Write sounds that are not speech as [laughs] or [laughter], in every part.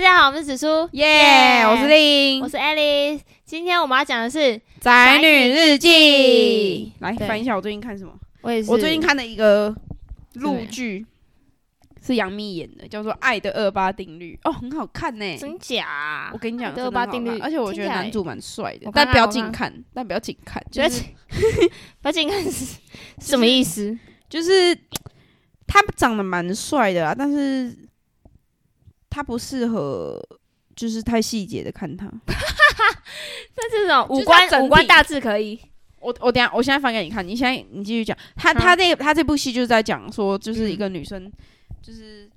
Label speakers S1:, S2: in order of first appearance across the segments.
S1: 家好，我们是紫苏，
S2: 耶、我是
S1: 我
S2: 令，
S1: 是 Alice。今天我们要讲的是，
S2: 宅女日
S1: 记
S2: 记。来
S1: 对
S2: 翻一下我最近看什么？
S1: 我也是，
S2: 我最近看的一个
S1: 么
S2: 陆
S1: 样
S2: 剧，是杨幂演的，叫做《爱的二八定律》，哦，很好看呢、
S1: 真假啊、
S2: 我跟你讲，
S1: 爱的28
S2: 真的很好
S1: 定律
S2: 看而且我
S1: 听
S2: 觉
S1: 起
S2: 得
S1: 来
S2: 男主蛮帅的
S1: 我，看
S2: 但
S1: 看
S2: 不要
S1: 我
S2: 近
S1: 看
S2: 看，但不要近看，
S1: 不
S2: 就
S1: 要
S2: 是
S1: 欸不要紧，看是是什么意思？
S2: 就是他长得蛮帅的啊，但是他不适合，就是太细节的看他。
S1: 那这种
S2: 就
S1: 五
S2: 是它
S1: 官
S2: 整体
S1: 五官大致可以，
S2: 我我等一下，我现在翻给你看，你现在你继续讲。他
S1: 好嗯
S2: 他那他这部戏就是在讲说，就是一个女生，就是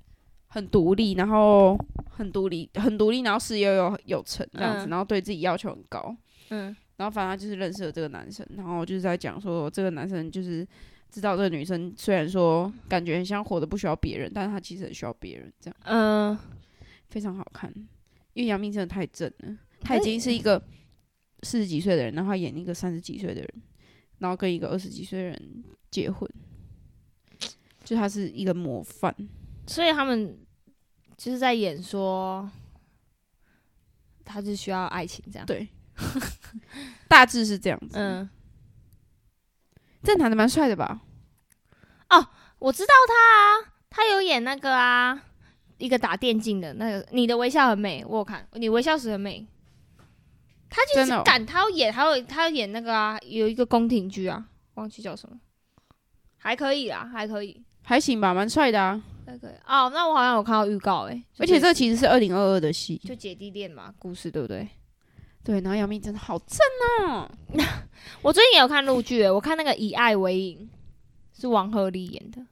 S2: 很独立，然后很独立，很独立，然后事业又有成这样子，
S1: 嗯
S2: 然后对自己要求很高。
S1: 嗯，
S2: 然后反正他就是认识了这个男生，然后就是在讲说，这个男生就是知道这个女生虽然说感觉很像活的不需要别人，但是他其实很需要别人，这样
S1: 嗯，
S2: 非常好看。因为杨幂真的太正了，她已经是一个四十几岁的人，然后她演一个三十几岁的人，然后跟一个二十几岁的人结婚，就她是一个模范。
S1: 所以他们就是在演说，他是需要爱情这样。
S2: 对， [laughs] 大致是这样子。嗯，
S1: 嗯，
S2: 这男的蛮帅的吧？
S1: 我知道他啊，他有演那个啊，一个打电竞的那个，你的微笑很美，我有看，你微笑时很美。他就
S2: 真的
S1: 是
S2: 哦
S1: 敢，他要演，还有他要演那个啊，有一个宫廷剧啊，忘记叫什么，还可以啦，还可以，
S2: 还行吧，蛮帅的啊。
S1: 还可以。哦，那我好像有看到预告诶、欸就
S2: 而且
S1: 是
S2: 这嗯其实是二零二二的戏。
S1: 就姐弟恋嘛，故事对不对？
S2: 对，然后杨幂真的好正哦。
S1: 我最近也有看陆剧、欸，我看那个《以爱为营》，是王鹤棣演的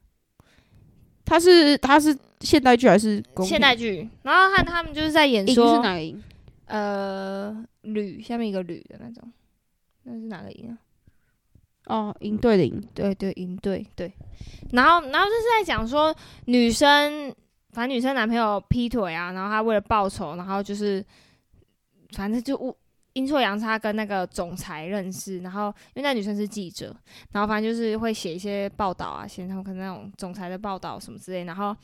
S2: 她是她是现代剧还是宫
S1: 现
S2: 廷
S1: 代剧，然后他他们就是在演
S2: 营
S1: 说
S2: 是哪个营？
S1: 呃吕下面一个吕的那种，那是哪个营啊？
S2: 哦，营队的营。
S1: 对对，营队对。然后然后就是在讲说女生，反正女生男朋友劈腿啊，然后她为了报仇，然后就是反正就误阴错阳差跟那个总裁认识，然后因为那女生是记者，然后反正就是会写一些报道啊，写他们可能那种总裁的报道什么之类，然后。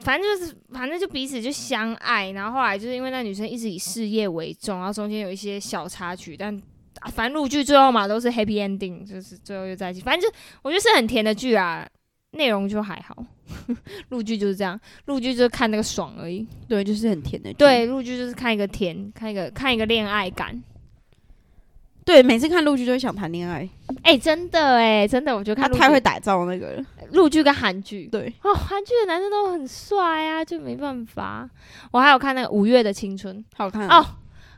S1: 反正就是，反正就彼此就相爱，然后后来就是因为那女生一直以事业为重，然后中间有一些小插曲，但啊反正陆剧最后嘛都是 happy ending，就是最后又在一起。反正就我觉得是很甜的剧啊，内容就还好。 [laughs] 陆剧就是这样，陆剧就是看那个爽而已。
S2: 对，就是很甜的剧。
S1: 对，陆剧就是看一个甜，看一个看一个恋爱感。
S2: 对，每次看陆剧就会想谈恋爱，
S1: 哎、真的哎、真的，我觉得
S2: 啊
S1: 看
S2: 他
S1: 陆
S2: 太会
S1: 剧，
S2: 打造那个了。
S1: 陆剧跟韩剧
S2: 对，
S1: 哦，韩剧的男生都很帅啊，就没办法。我还有看那个《五月的青春》，
S2: 好看啊
S1: 哦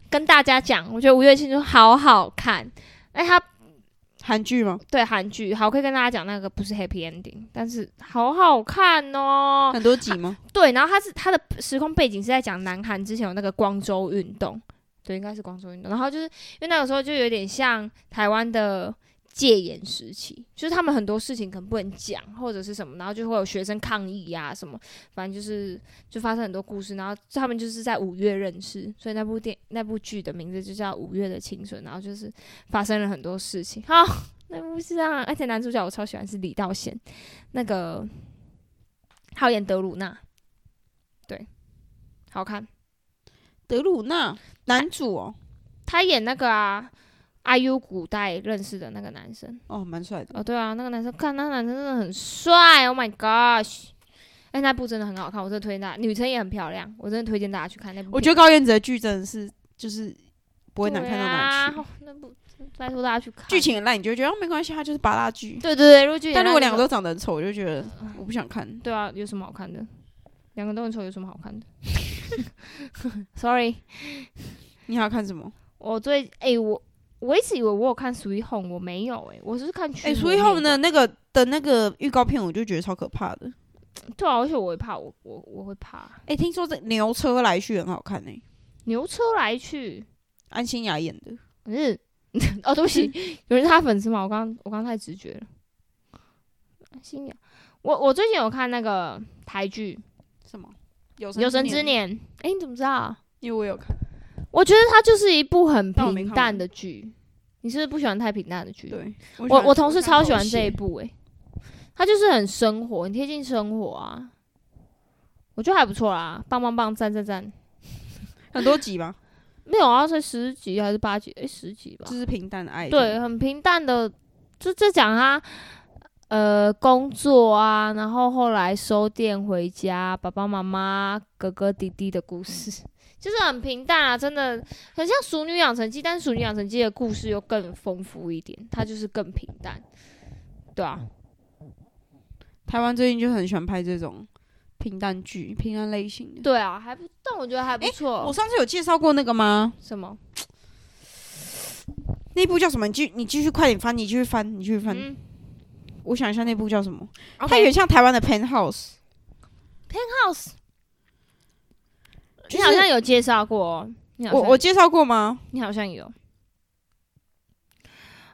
S1: 跟大家讲，我觉得《五月的青春》好好看。哎、他
S2: 韩剧吗？
S1: 对韩剧好，我可以跟大家讲，那个不是 happy ending，但是好好看哦。
S2: 很多集吗？
S1: 对，然后它是它的时空背景是在讲南韩之前有那个光州运动，对，应该是光州运动。然后就是因为那个时候就有点像台湾的戒严时期，就是他们很多事情可能不能讲或者是什么，然后就会有学生抗议啊什么，反正就是就发生很多故事。然后他们就是在五月认识，所以那部电那部剧的名字就叫《五月的青春》，然后就是发生了很多事情。好、 [laughs] 那部是啊，而且男主角我超喜欢是李道贤，那个还有演德鲁纳。好看。
S2: [laughs] 德鲁纳男主哦，
S1: 他演那个啊，IU 古代认识的那个男生。
S2: 哦，蛮帅的。
S1: 哦，对啊，那个男生，看那个男生真的很帅，Oh my gosh！哎，那部真的很好看，我真的推荐大家。女生也很漂亮，我真的推荐大家去看那部片。
S2: 我觉得高彦哲的剧真的是就是不
S1: 不
S2: 会难看到哪里去，
S1: 啊那部拜托大家去看。
S2: 剧情很烂，你就会觉得哦没关系，它就是八大剧。
S1: 对对对，如果剧情
S2: 但如果两个嗯
S1: 都
S2: 都长得很丑，我就觉得我不想看。
S1: 对啊，有什么好看的？两个都很丑，有什么好看的 [laughs] ？Sorry，
S2: 你还要看什么？
S1: 我最哎、我我一直以为我有看《Sweet Home》，我没有哎、我是看《
S2: 哎，所以他们的那个的那个预告片，我就觉得超可怕的。
S1: 对啊，而且我会怕，我我我会怕
S2: 哎，听说这牛车来去很好看呢，
S1: 牛车来去， [laughs]
S2: 安心雅演的。
S1: 可是哦，对不起， [laughs] 有人是他粉丝吗？我刚我刚太直觉了。哎新雅，我我最近有看那个台剧
S2: 什么？有
S1: 《有生之
S2: 年，
S1: 年》，哎，你怎么知道啊？
S2: 因为我有看。
S1: 我觉得它就是一部很
S2: 但我没
S1: 平
S2: 看
S1: 淡
S2: 完
S1: 的剧。你是不是不喜欢太平淡的剧？，
S2: 对，
S1: 我我同事超喜欢这一
S2: 部。
S1: 部诶、他就是很生活，很贴近生活啊。我我觉得还不错啦，棒棒棒，赞赞赞。
S2: 很多
S1: [laughs]
S2: 集吧，
S1: 没有啊，才十集还是八集？诶、十集吧
S2: 就。是平淡的爱情。
S1: 啊对，很平淡的，就就讲他呃工作啊，然后后来收店回家，爸爸妈妈、哥哥弟弟的
S2: 嗯
S1: 故事，就是很平淡啊，真的很像《熟女养成记》，但是《熟女养成记》的故事又更丰富一点，它就是更平淡，对啊，
S2: 嗯台湾最近就很喜欢拍这种平淡剧、平淡类型的。
S1: 对啊，还不，但我觉得还不错。
S2: 我上次有介绍过那个吗？
S1: 什么？
S2: 那部叫什么？你继你继续快点翻，你继续翻，你继续翻。
S1: 嗯
S2: 我想一下那部叫什么它
S1: 他
S2: 有点像台湾的 Penthouse，
S1: house，
S2: 就
S1: 你好
S2: 是
S1: 像有介绍过、哦，你好
S2: 我
S1: 像
S2: 我介绍过吗？
S1: 你好像有。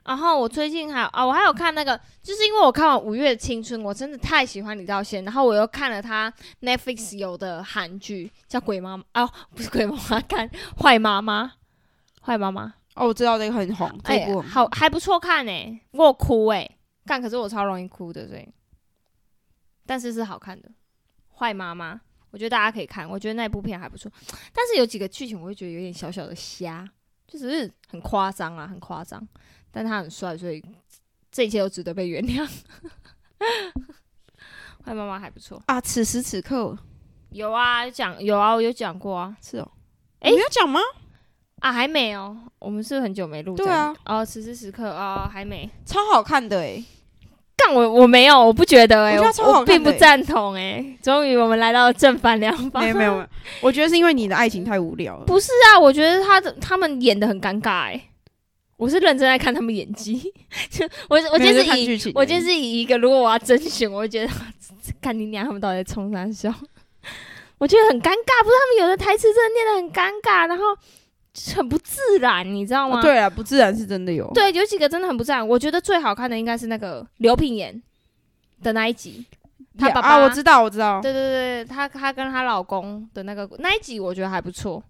S1: 然后我最近还啊，我还有看那个，就是因为我看完《五月的青春》，我真的太喜欢李道宪，然后我又看了他 Netflix 有的韩剧叫《鬼妈妈》啊，不是《鬼妈妈》，看《坏妈妈》，坏妈妈，
S2: 哦，我知道这个很红，这
S1: 哎
S2: 部、，
S1: 好还不错看哎、我有哭哎、但可是我超容易哭的，所以，但是是好看的，《坏妈妈》，我觉得大家可以看，我觉得那部片还不错，但是有几个剧情我会觉得有点小小的瞎，就只是很夸张啊，很夸张，但他很帅，所以这一切都值得被原谅。 [laughs] 坏妈妈还不错，
S2: 啊，此时此刻
S1: 有啊，有讲有啊，我有讲过啊，
S2: 是哦，
S1: 哎
S2: 你要讲吗？
S1: 啊还没哦，我们是不是很久没录这
S2: 对
S1: 样，
S2: 啊，
S1: 哦，此时此刻哦还没，
S2: 超好看的哎，
S1: 干我我没有，我不觉得哎、
S2: 我觉得超
S1: 我
S2: 好看的
S1: 并不
S2: 欸
S1: 赞同哎、终于我们来到了正反两方。
S2: 没有没有，没有， [laughs] 我觉得是因为你的爱情太无聊了。
S1: [laughs] 不是啊，我觉得他的他们演的很尴尬哎、我是认真在看他们演技，就我我今
S2: 没
S1: 天
S2: 有在看
S1: 是以
S2: 剧情而已，
S1: 我今天是以一个如果我要甄选，我会觉得看你娘他们到底在冲啥笑， [laughs] 我觉得很尴尬，不是他们有的台词真的念的很尴尬，然后就是很不自然，你知道吗？
S2: 哦对啊，不自然是真的有。
S1: 对，有几个真的很不自然。我觉得最好看的应该是那个刘品言的那一集。他
S2: 也
S1: 爸
S2: 啊，
S1: 爸
S2: 我知道我知道，
S1: 对对对，她她跟她老公的那个那一集，我觉得还不错。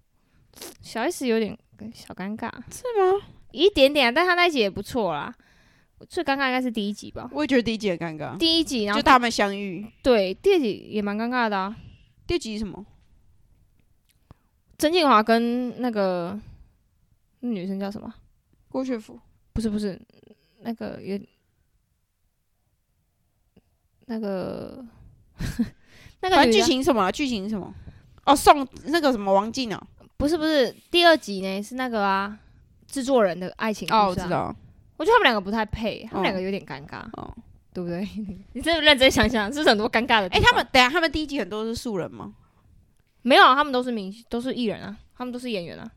S1: 小 S 有点小尴尬，
S2: 是吗？
S1: 一点点啊，但她那一集也不错啦。最尴尬应该是第一集吧，
S2: 我也觉得第一集很尴尬，
S1: 第一集，然后
S2: 就他们相遇。
S1: 对第二集也蛮尴尬的啊。
S2: 第二集是什么？
S1: 曾静华跟那个那女生叫什么？
S2: 郭学福。
S1: 不是不是，那个有那个 [laughs] 那
S2: 反
S1: 个
S2: 正
S1: 女
S2: 剧
S1: 的
S2: 情是什么啊？剧情是什么？哦，宋那个什么王静啊。
S1: 不是不是第二集呢，是那个啊制作人的爱情故事、啊。
S2: 哦，我知道。
S1: 我觉得他们两个不太配，他们
S2: 嗯
S1: 两个有点尴尬，
S2: 哦
S1: 对 [laughs] 不对？你真的认真想想，是不是很多尴尬的地方。
S2: 哎，他们等一下，他们第一集很多是素人吗？
S1: 没有、啊，他们都是明星，都是艺人啊，他们都是演员啊，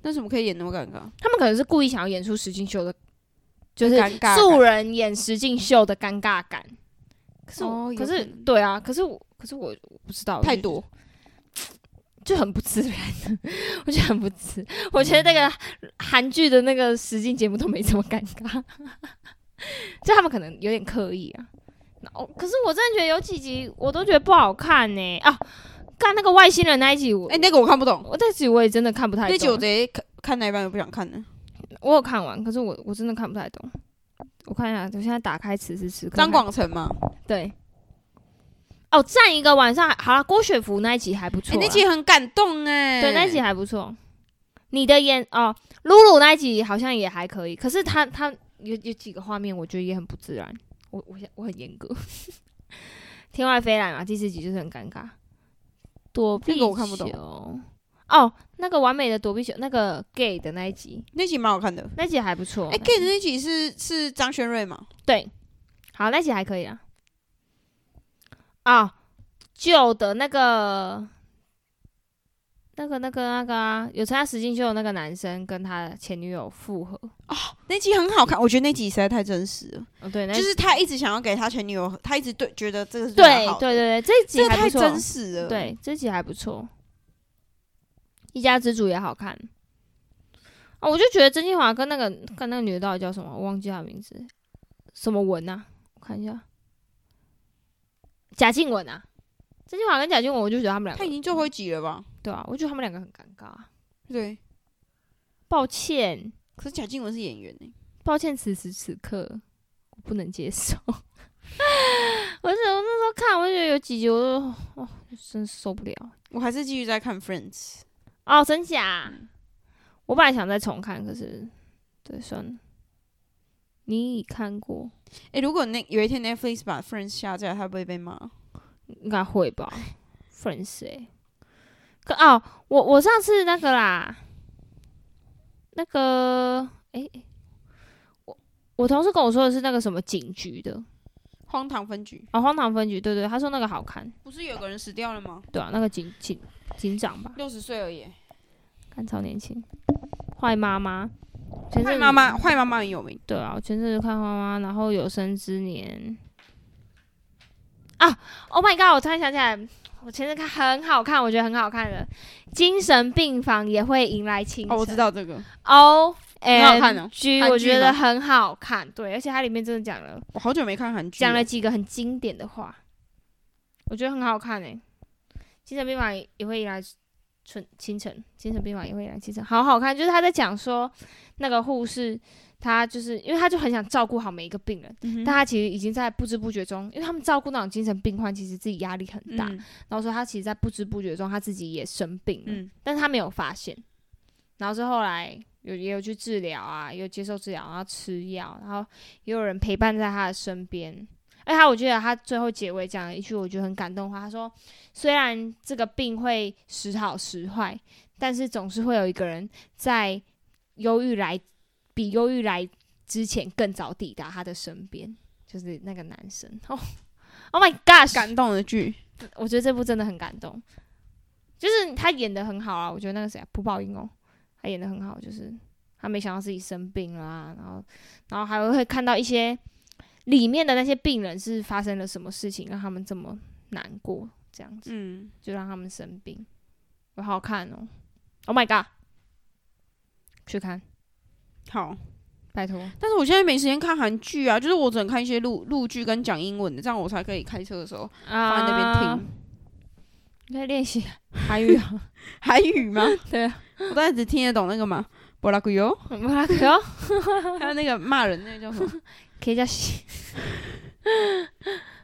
S2: 那怎么可以演那么尴尬？
S1: 他们可能是故意想要演出石进秀的，就是
S2: 尴尬感
S1: 素人演石进秀的尴尬感。可是我，
S2: 哦有
S1: 可是
S2: 可能
S1: 对啊，可是我，可是我我不知道，
S2: 太
S1: 我就觉得
S2: 多。
S1: 就很不自然， [laughs] 我觉得很不自。我觉得那个
S2: 嗯
S1: 韩剧的那个实境节目都没这么尴尬， [laughs] 就他们可能有点刻意啊。那哦，可是我真的觉得有几集我都觉得不好看呢、啊，干那个外星人那一集我，
S2: 哎，那个我看不懂，
S1: 我那集我也真的看不太懂。
S2: 那集我直接看看那一半就不想看了。
S1: 我有看完，可是我我真的看不太懂。我看一下，我现在打开此时此刻。
S2: 张广成嘛，
S1: 啊对。哦，站一个晚上还好了。郭雪芙那一集还不错
S2: 哎，
S1: 啦、
S2: 那集很感动哎。
S1: 对，那一集还不错。你的眼哦，露露那一集好像也还可以，可是他他有有几个画面，我觉得也很不自然。我我想我很严格。 [laughs] 天外飞来嘛，第四集就是很尴尬。躲避
S2: 那个我看不懂
S1: 球哦，那个完美的躲避球，那个 gay 的那一集，
S2: 那集蛮好看的。
S1: 那集还不错。啊
S2: 哎，K 的那集是是张轩瑞嘛？
S1: 对，好，那集还可以啊。啊、旧的那个、那个、那个、那个啊，有参加实境秀的那个男生跟他前女友复合。
S2: 那集很好看，我觉得那集实在太真实了。
S1: 哦，对，那
S2: 就是他一直想要给他前女友，他一直对觉得这个是
S1: 对
S2: 蛮好的
S1: 对对对，这
S2: 这
S1: 集
S2: 个
S1: 还不
S2: 太
S1: 错，
S2: 真实了。，
S1: 对，这集还不错。一家之主也好看。啊、我就觉得曾庆华跟那个跟那个女的到底叫什么，我忘记她名字，什么文啊？我看一下，贾静雯啊，曾庆华跟贾静雯，我就觉得他们两
S2: 他
S1: 个
S2: 已经最后一集了吧？
S1: 对啊，我觉得他们两个很尴尬。啊
S2: 对，
S1: 抱歉，
S2: 可是贾静雯是演员呢、
S1: [laughs] 抱歉，此时此刻我不能接受。我是我那时候看，我就觉得有几集我都哦，真受不了。
S2: 我还是继续在看 Friends。
S1: 哦，真假？
S2: 嗯
S1: 我本来想再重看，可是对，算了。你已看过，
S2: 诶，如果那有一天 Netflix 把 Friends 下架，他不会被骂？
S1: 应该会吧？Friends 哎、可哦，我我上次那个啦，那个哎、诶我我同事跟我说的是那个什么警局的
S2: 荒唐分局
S1: 哦，荒唐分局，对对，他说那个好看，
S2: 不是有个人死掉了吗？
S1: 对啊，那个警警警长吧，
S2: 六十岁而已。
S1: 看超年轻，坏妈妈，前
S2: 坏
S1: 阵
S2: 妈
S1: 子
S2: 妈，坏妈妈很有名。
S1: 对啊，我前阵子看花妈，然后有生之年啊，Oh my god！我突然想起来，我前阵看很好看，我觉得很好看的《精神病房》也会迎来清晨。
S2: 哦，我知道这个，
S1: ，O
S2: 很好看哦
S1: M G，
S2: 韩剧
S1: 我觉得
S2: 吗
S1: 很好看，对，而且它里面真的讲了
S2: 我好久没看韩剧啊
S1: 讲了几个很经典的话，我觉得很好看欸诶、精神病房也会迎来春清晨，精神病房也会迎来清晨，好好看。就是他在讲说那个护士，他就是因为他就很想照顾好每一个病人，
S2: 嗯哼
S1: 但他其实已经在不知不觉中，因为他们照顾那种精神病患，其实自己压力很大。
S2: 嗯
S1: 然后说他其实，在不知不觉中他自己也生病了，
S2: 嗯
S1: 但是他没有发现。然后是后来有也有去治疗啊，有接受治疗，然后吃药，然后也有人陪伴在他的身边。而且他我觉得他最后结尾讲了一句我觉得很感动的话，他说：“虽然这个病会时好时坏，但是总是会有一个人在忧郁来比忧郁来之前更早抵达他的身边，就是那个男生。” [laughs] 哦，Oh my gosh！
S2: 感动的剧，
S1: 我觉得这部真的很感动，就是他演的很好啊。我觉得那个谁、啊，朴宝英哦，他演的很好，就是他没想到自己生病啦、然后然后还会看到一些里面的那些病人是发生了什么事情，让他们这么难过，这样子
S2: 嗯，
S1: 就让他们生病，我好看哦，Oh my god，去看，
S2: 好。
S1: 拜托，
S2: 但是我现在没时间看韩剧啊，就是我只能看一些陆陆剧跟讲英文的，这样我才可以开车的时候放在那边
S1: 啊
S2: 听。
S1: 你在练习韩语
S2: [laughs]
S1: 啊，
S2: 韩语 [laughs] 吗？
S1: 对啊，
S2: 我大概只听得懂那个嘛，布拉古尤，
S1: 我们来个哦。
S2: [laughs] 还有那个骂人那个叫 [laughs] 什么？
S1: 可以叫西。 [laughs]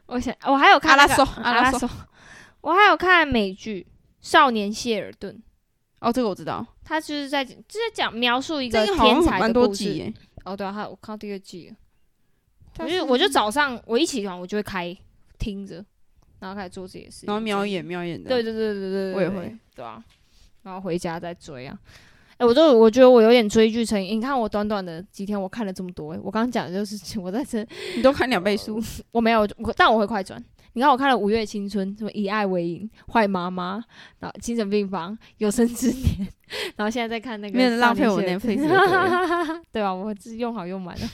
S1: 我想，我还有看
S2: 阿拉
S1: 那
S2: 索
S1: 个
S2: 阿
S1: 阿
S2: 拉
S1: 拉索，我还有看美剧《少年谢尔顿》，
S2: 哦，这个我知道，
S1: 他就是在就是在讲描述一
S2: 这
S1: 个
S2: 个好
S1: 天
S2: 像
S1: 才
S2: 蛮
S1: 的
S2: 多
S1: 故
S2: 集
S1: 事。
S2: 耶。
S1: 哦，对啊，还有我看到第二季了，我
S2: 但是
S1: 就我就早上我一起床我就会开听着，然后开始做自己的事情，
S2: 然后瞄眼瞄眼的，
S1: 对，对对对对对，
S2: 我也
S1: 对
S2: 会，
S1: 对啊，然后回家再追啊。哎、我都我觉得我有点追剧成瘾。你看我短短的几天，我看了这么多、哎我刚刚讲的就是 [laughs] 我在这
S2: 你都看两倍速，
S1: 我没有，我但我会快转。你看，我看了《五月青春》，什么《以爱为营》，《坏妈妈》，然后《精神病房》，《有生之年》，然后现在在看那个。
S2: 没人浪费我 Netflix [laughs] 的对
S1: 对吧？我自己用好用满了。 [laughs]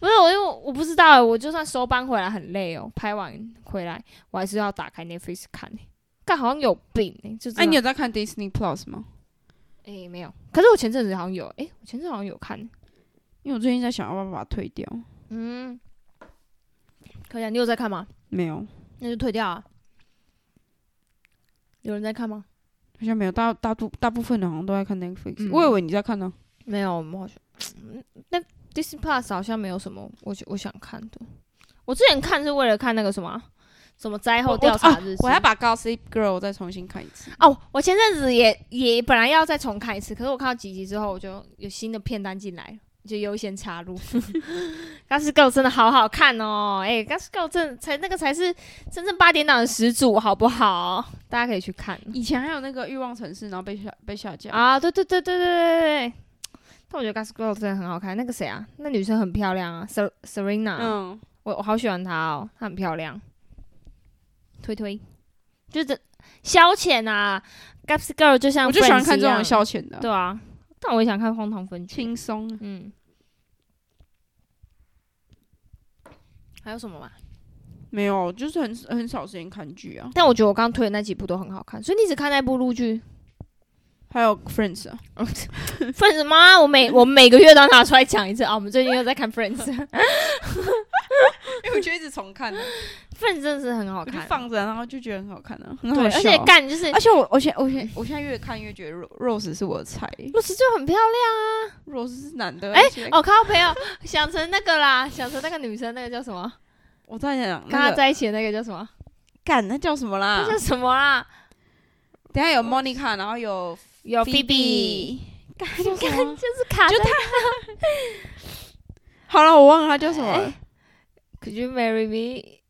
S1: 不是我，因为我不知道欸，我就算收班回来很累哦，拍完回来我还是要打开 Netflix 看欸。干好像有病哎、就
S2: 哎，你
S1: 哎、
S2: 有在看 Disney Plus 吗？
S1: 欸没有，可是我前阵子好像有哎、我前阵子好像有看。
S2: 因为我最近在想要不要把它退掉，
S1: 嗯，可以啊，你有在看吗？
S2: 没有，
S1: 那就退掉啊。有人在看吗？
S2: 好像没有，大大部大部分的好像都在看 Netflix，、
S1: 嗯
S2: 我以为你在看呢、
S1: 没有，我们好像那 Disney Plus 好像没有什么我我想看的。我之前看是为了看那个什么啊什么灾后调查日
S2: 我还把 Gossip Girl 再重新看一次，
S1: 哦，我前阵子也也本来要再重看一次，可是我看到几集之后，我就有新的片单进来了。就优先插入， [laughs] 《Gas Go》真的好好看哦！哎、g a s Go》真才那个才是真正八点档的始祖，好不好？大家可以去看。
S2: 以前还有那个欲望城市，然后被下被下架，
S1: 啊，对对对对对对对。但我觉得 Gas Girl 真的很好看，那个谁啊，那女生很漂亮啊，Ser Serena，、
S2: 嗯，
S1: 我我好喜欢她哦，她很漂亮。推推，就是消遣啊，Gas Girl 就像
S2: 我就喜欢
S1: Friends
S2: 看这
S1: 一
S2: 种
S1: 样
S2: 消遣的，
S1: 对啊，但我也想看荒唐分局。
S2: 轻松啊。
S1: 嗯，还有什么吗？
S2: 没有，就是很很少时间看剧啊，
S1: 但我觉得我刚推的那几部都很好看，所以你只看那部陆剧，
S2: 还有 Friends 啊， [laughs]
S1: Friends 吗？我每我每个月都要拿出来讲一次啊！我们最近又在看
S2: [laughs]
S1: Friends，
S2: 因为我就一直重看、啊，
S1: Friends 真的是很好
S2: 我就
S1: 看，
S2: 放着，然后就觉得很好看啊，很好
S1: 对，
S2: 笑
S1: 而且
S2: 啊。
S1: 干就是
S2: 而且嗯我，我现我现我现在越看越觉得 Ro- Rose 是我的 [laughs] 菜
S1: 露丝就很漂亮啊。
S2: ，Rose 是男的，
S1: 哎
S2: 而且
S1: 哦，靠朋友想成那个啦，想成那个女生，那个叫什么？啊
S2: 我在想，
S1: 跟
S2: 那
S1: 他
S2: 个
S1: 在一起的那个叫什么？
S2: 干那叫什么啦
S1: 那？叫什么啦？
S2: 等一下有 Monica，然后有
S1: 有
S2: Phoebe
S1: BB，
S2: 干
S1: 就
S2: 干
S1: 是卡
S2: 就
S1: 在
S2: 好了，我忘了他叫什么了。
S1: Could you marry me？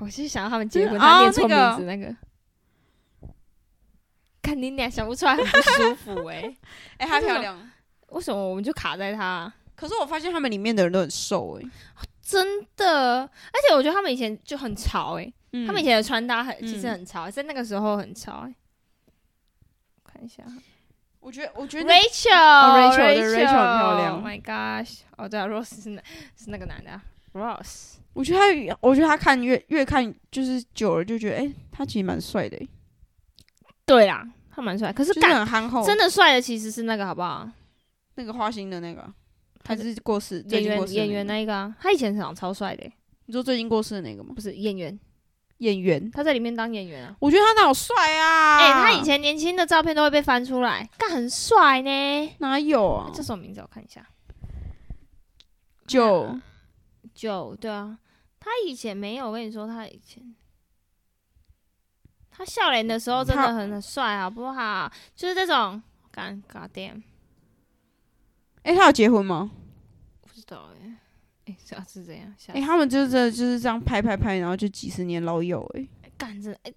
S1: 我是想要他们结婚，
S2: 嗯
S1: 他
S2: 哦
S1: 念错名
S2: 那个
S1: 字那个。看你俩想不出来，很不舒服哎、
S2: 哎，
S1: 她
S2: 她
S1: 漂
S2: 漂亮，
S1: [laughs] 为什么我们就卡在他？
S2: 可是我发现他们里面的人都很瘦哎。
S1: 真的，而且我觉得他们以前就很潮哎、
S2: 嗯
S1: 他们以前的穿搭很
S2: 嗯
S1: 其实很潮，在那个时候很潮哎、我看一下
S2: 我觉得，我觉得哦
S1: ，Rachel，Rachel、
S2: ，Rachel 对 Rachel 很漂亮
S1: Oh my gosh！哦对啊，Rose 是那是那个男的、啊、，Rose。
S2: 我觉得他越，我觉得他看越越看就是久了就觉得，哎、他其实蛮帅的、欸，
S1: 对啦，他蛮帅，可是
S2: 就是
S1: 感、
S2: 很憨厚。
S1: 真
S2: 的，
S1: 的啊哦帅的其实是那个好不好？
S2: 那个花心的那个，
S1: 他
S2: 还
S1: 是
S2: 是过世最
S1: 演
S2: 近过世
S1: 员
S2: 的
S1: 演员
S2: 那个？
S1: 那一个啊，他以前长得超帅的欸、
S2: 你说最近过世的那个吗？
S1: 不是演员，
S2: 演员，
S1: 他在里面当演员啊。
S2: 我觉得他哪有帅啊？
S1: 哎、他以前年轻的照片都会被翻出来，但很帅呢。
S2: 哪有啊？
S1: 这首名字我看一下，
S2: 就
S1: 就对啊，他以前没有，我跟你说，他以前他笑脸的时候真的
S2: 他
S1: 很很帅，好不好？就是这种，干 god damn，
S2: 哎、他有结婚吗？
S1: 不知道哎、哎、是啊是这样，下
S2: 哎、
S1: 次
S2: 他们就是真的就是这样拍拍拍，然后就几十年老友哎、
S1: 干真的哎、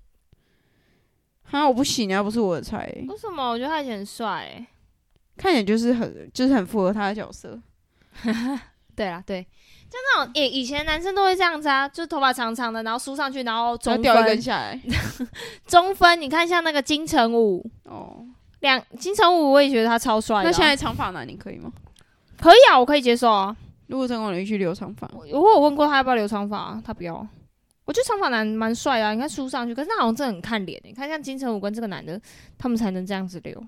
S2: 哈，我不行啊，不是我的菜、欸，
S1: 为什么我觉得他以前很帅、哎
S2: 看起来就是很就是很符合他的角色。
S1: 对啦，对，就那种以、以前男生都会这样子啊，就头发长长的，然后梳上去，然后
S2: 然
S1: 中
S2: 后掉一
S1: 分
S2: 根，下
S1: [laughs]
S2: 来，
S1: 中分。你看像那个金城武， [laughs]
S2: 哦，
S1: 两金城武我也觉得他超帅的啊、
S2: 那现在长发男你可以吗？
S1: 可以啊，我可以接受啊。
S2: 如果成功你去留长发，
S1: 我我有问过他要不要留长发、啊，他不要。我觉得长发男蛮帅的、啊，你看梳上去，可是那好像真的很看脸、欸你看像金城武跟这个男的，他们才能这样子留。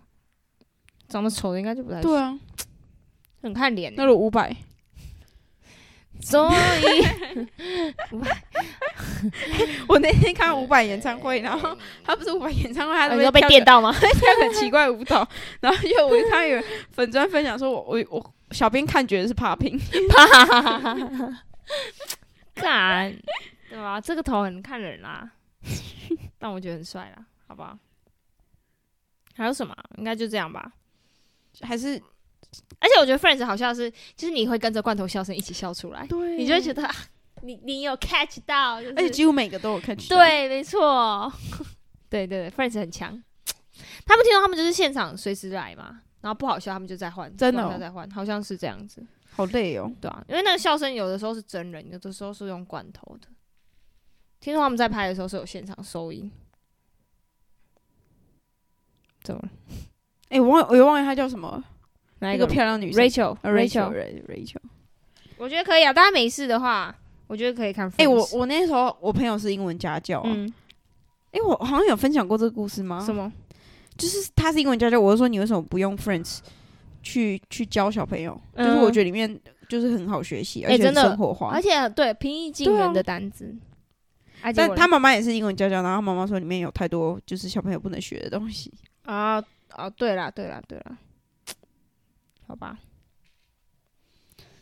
S1: 长得丑的应该就不太
S2: 对啊，
S1: 很看脸、欸
S2: 那如果五百， [laughs]
S1: 所以
S2: 我那天看伍佰演唱会，然后他不是伍佰演唱会， [laughs] 他在
S1: 哦你
S2: 那
S1: 要被
S2: 边
S1: 电
S2: 跳
S1: 到吗？
S2: 一个跳很奇怪的舞蹈，然后因为我就看到有人粉砖分享说我，我我小编看觉得是 popping，
S1: [laughs] 干，对吧？这个头很看人啦，但我觉得很帅啦，好不好？还有什么？啊应该就这样吧。
S2: 还是
S1: 而且我觉得 Friends 好笑的是，就是你会跟着罐头笑声一起笑出来，
S2: 对
S1: 你就会觉，得、啊、你你有 catch 到，就是、
S2: 而且几乎每个都有啊 catch，到，
S1: 对，没错，对对对，Friends 很强。他们听到他们就是现场随时来嘛，然后不好笑他们就再换，
S2: 真的
S1: 不好
S2: 哦
S1: 笑再换，好像是这样子，
S2: 好累哦。
S1: 对啊，因为那个笑声有的时候是真人，有的时候是用罐头的。听说他们在拍的时候是有现场收音，怎么了？
S2: 哎、我忘我又忘了她叫什么了，
S1: 哪
S2: 那
S1: 一
S2: 个
S1: 个
S2: 漂亮女生
S1: Rachel Rachel，
S2: Rachel。
S1: 我觉得可以啊，大家没事的话，我觉得可以看 Friends。
S2: 哎、我我那时候我朋友是英文家教、啊，哎、
S1: 嗯，
S2: 我好像有分享过这个故事吗？
S1: 什么？
S2: 就是他是英文家教，我就说你为什么不用 French 去去教小朋友？
S1: 嗯
S2: 就是我觉得里面就是很好学习，
S1: 哎
S2: 而且
S1: 真
S2: 很
S1: 的
S2: 生活化。
S1: 而且对平易近
S2: 对啊
S1: 人的单子，啊结
S2: 但
S1: 果
S2: 他
S1: 嘞
S2: 妈妈也是英文家教，然后他妈妈说里面有太多就是小朋友不能学的东西。
S1: 啊啊，对啦对啦对啦，好吧，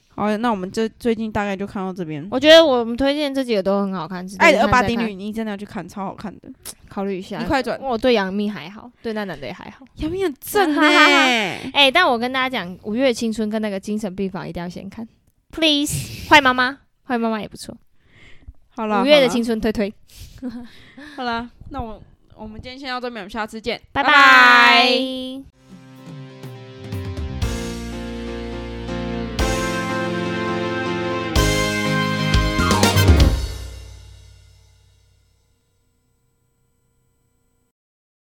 S2: 好，那我们这最近大概就看到这边。《
S1: 我觉得我们推荐这几个都很好看，值得
S2: 嗯爱
S1: 一
S2: 的二
S1: 看
S2: 八
S1: 再
S2: 定
S1: 看
S2: 律》，你真的要去看，超好看的。
S1: 考虑一下
S2: 你。快转，
S1: 我对杨幂还好，对那男的也还好。[laughs]
S2: 杨幂很正呢、
S1: 哎、但我跟大家讲，《五月青春》跟那个《精神病房》一定要先看，please。坏妈妈，坏妈妈也不错，
S2: 好了，
S1: 《五月的
S2: 好啦
S1: 青春》推推，
S2: 好了，那我我们今天先到这边，我们下次见，
S1: 拜拜。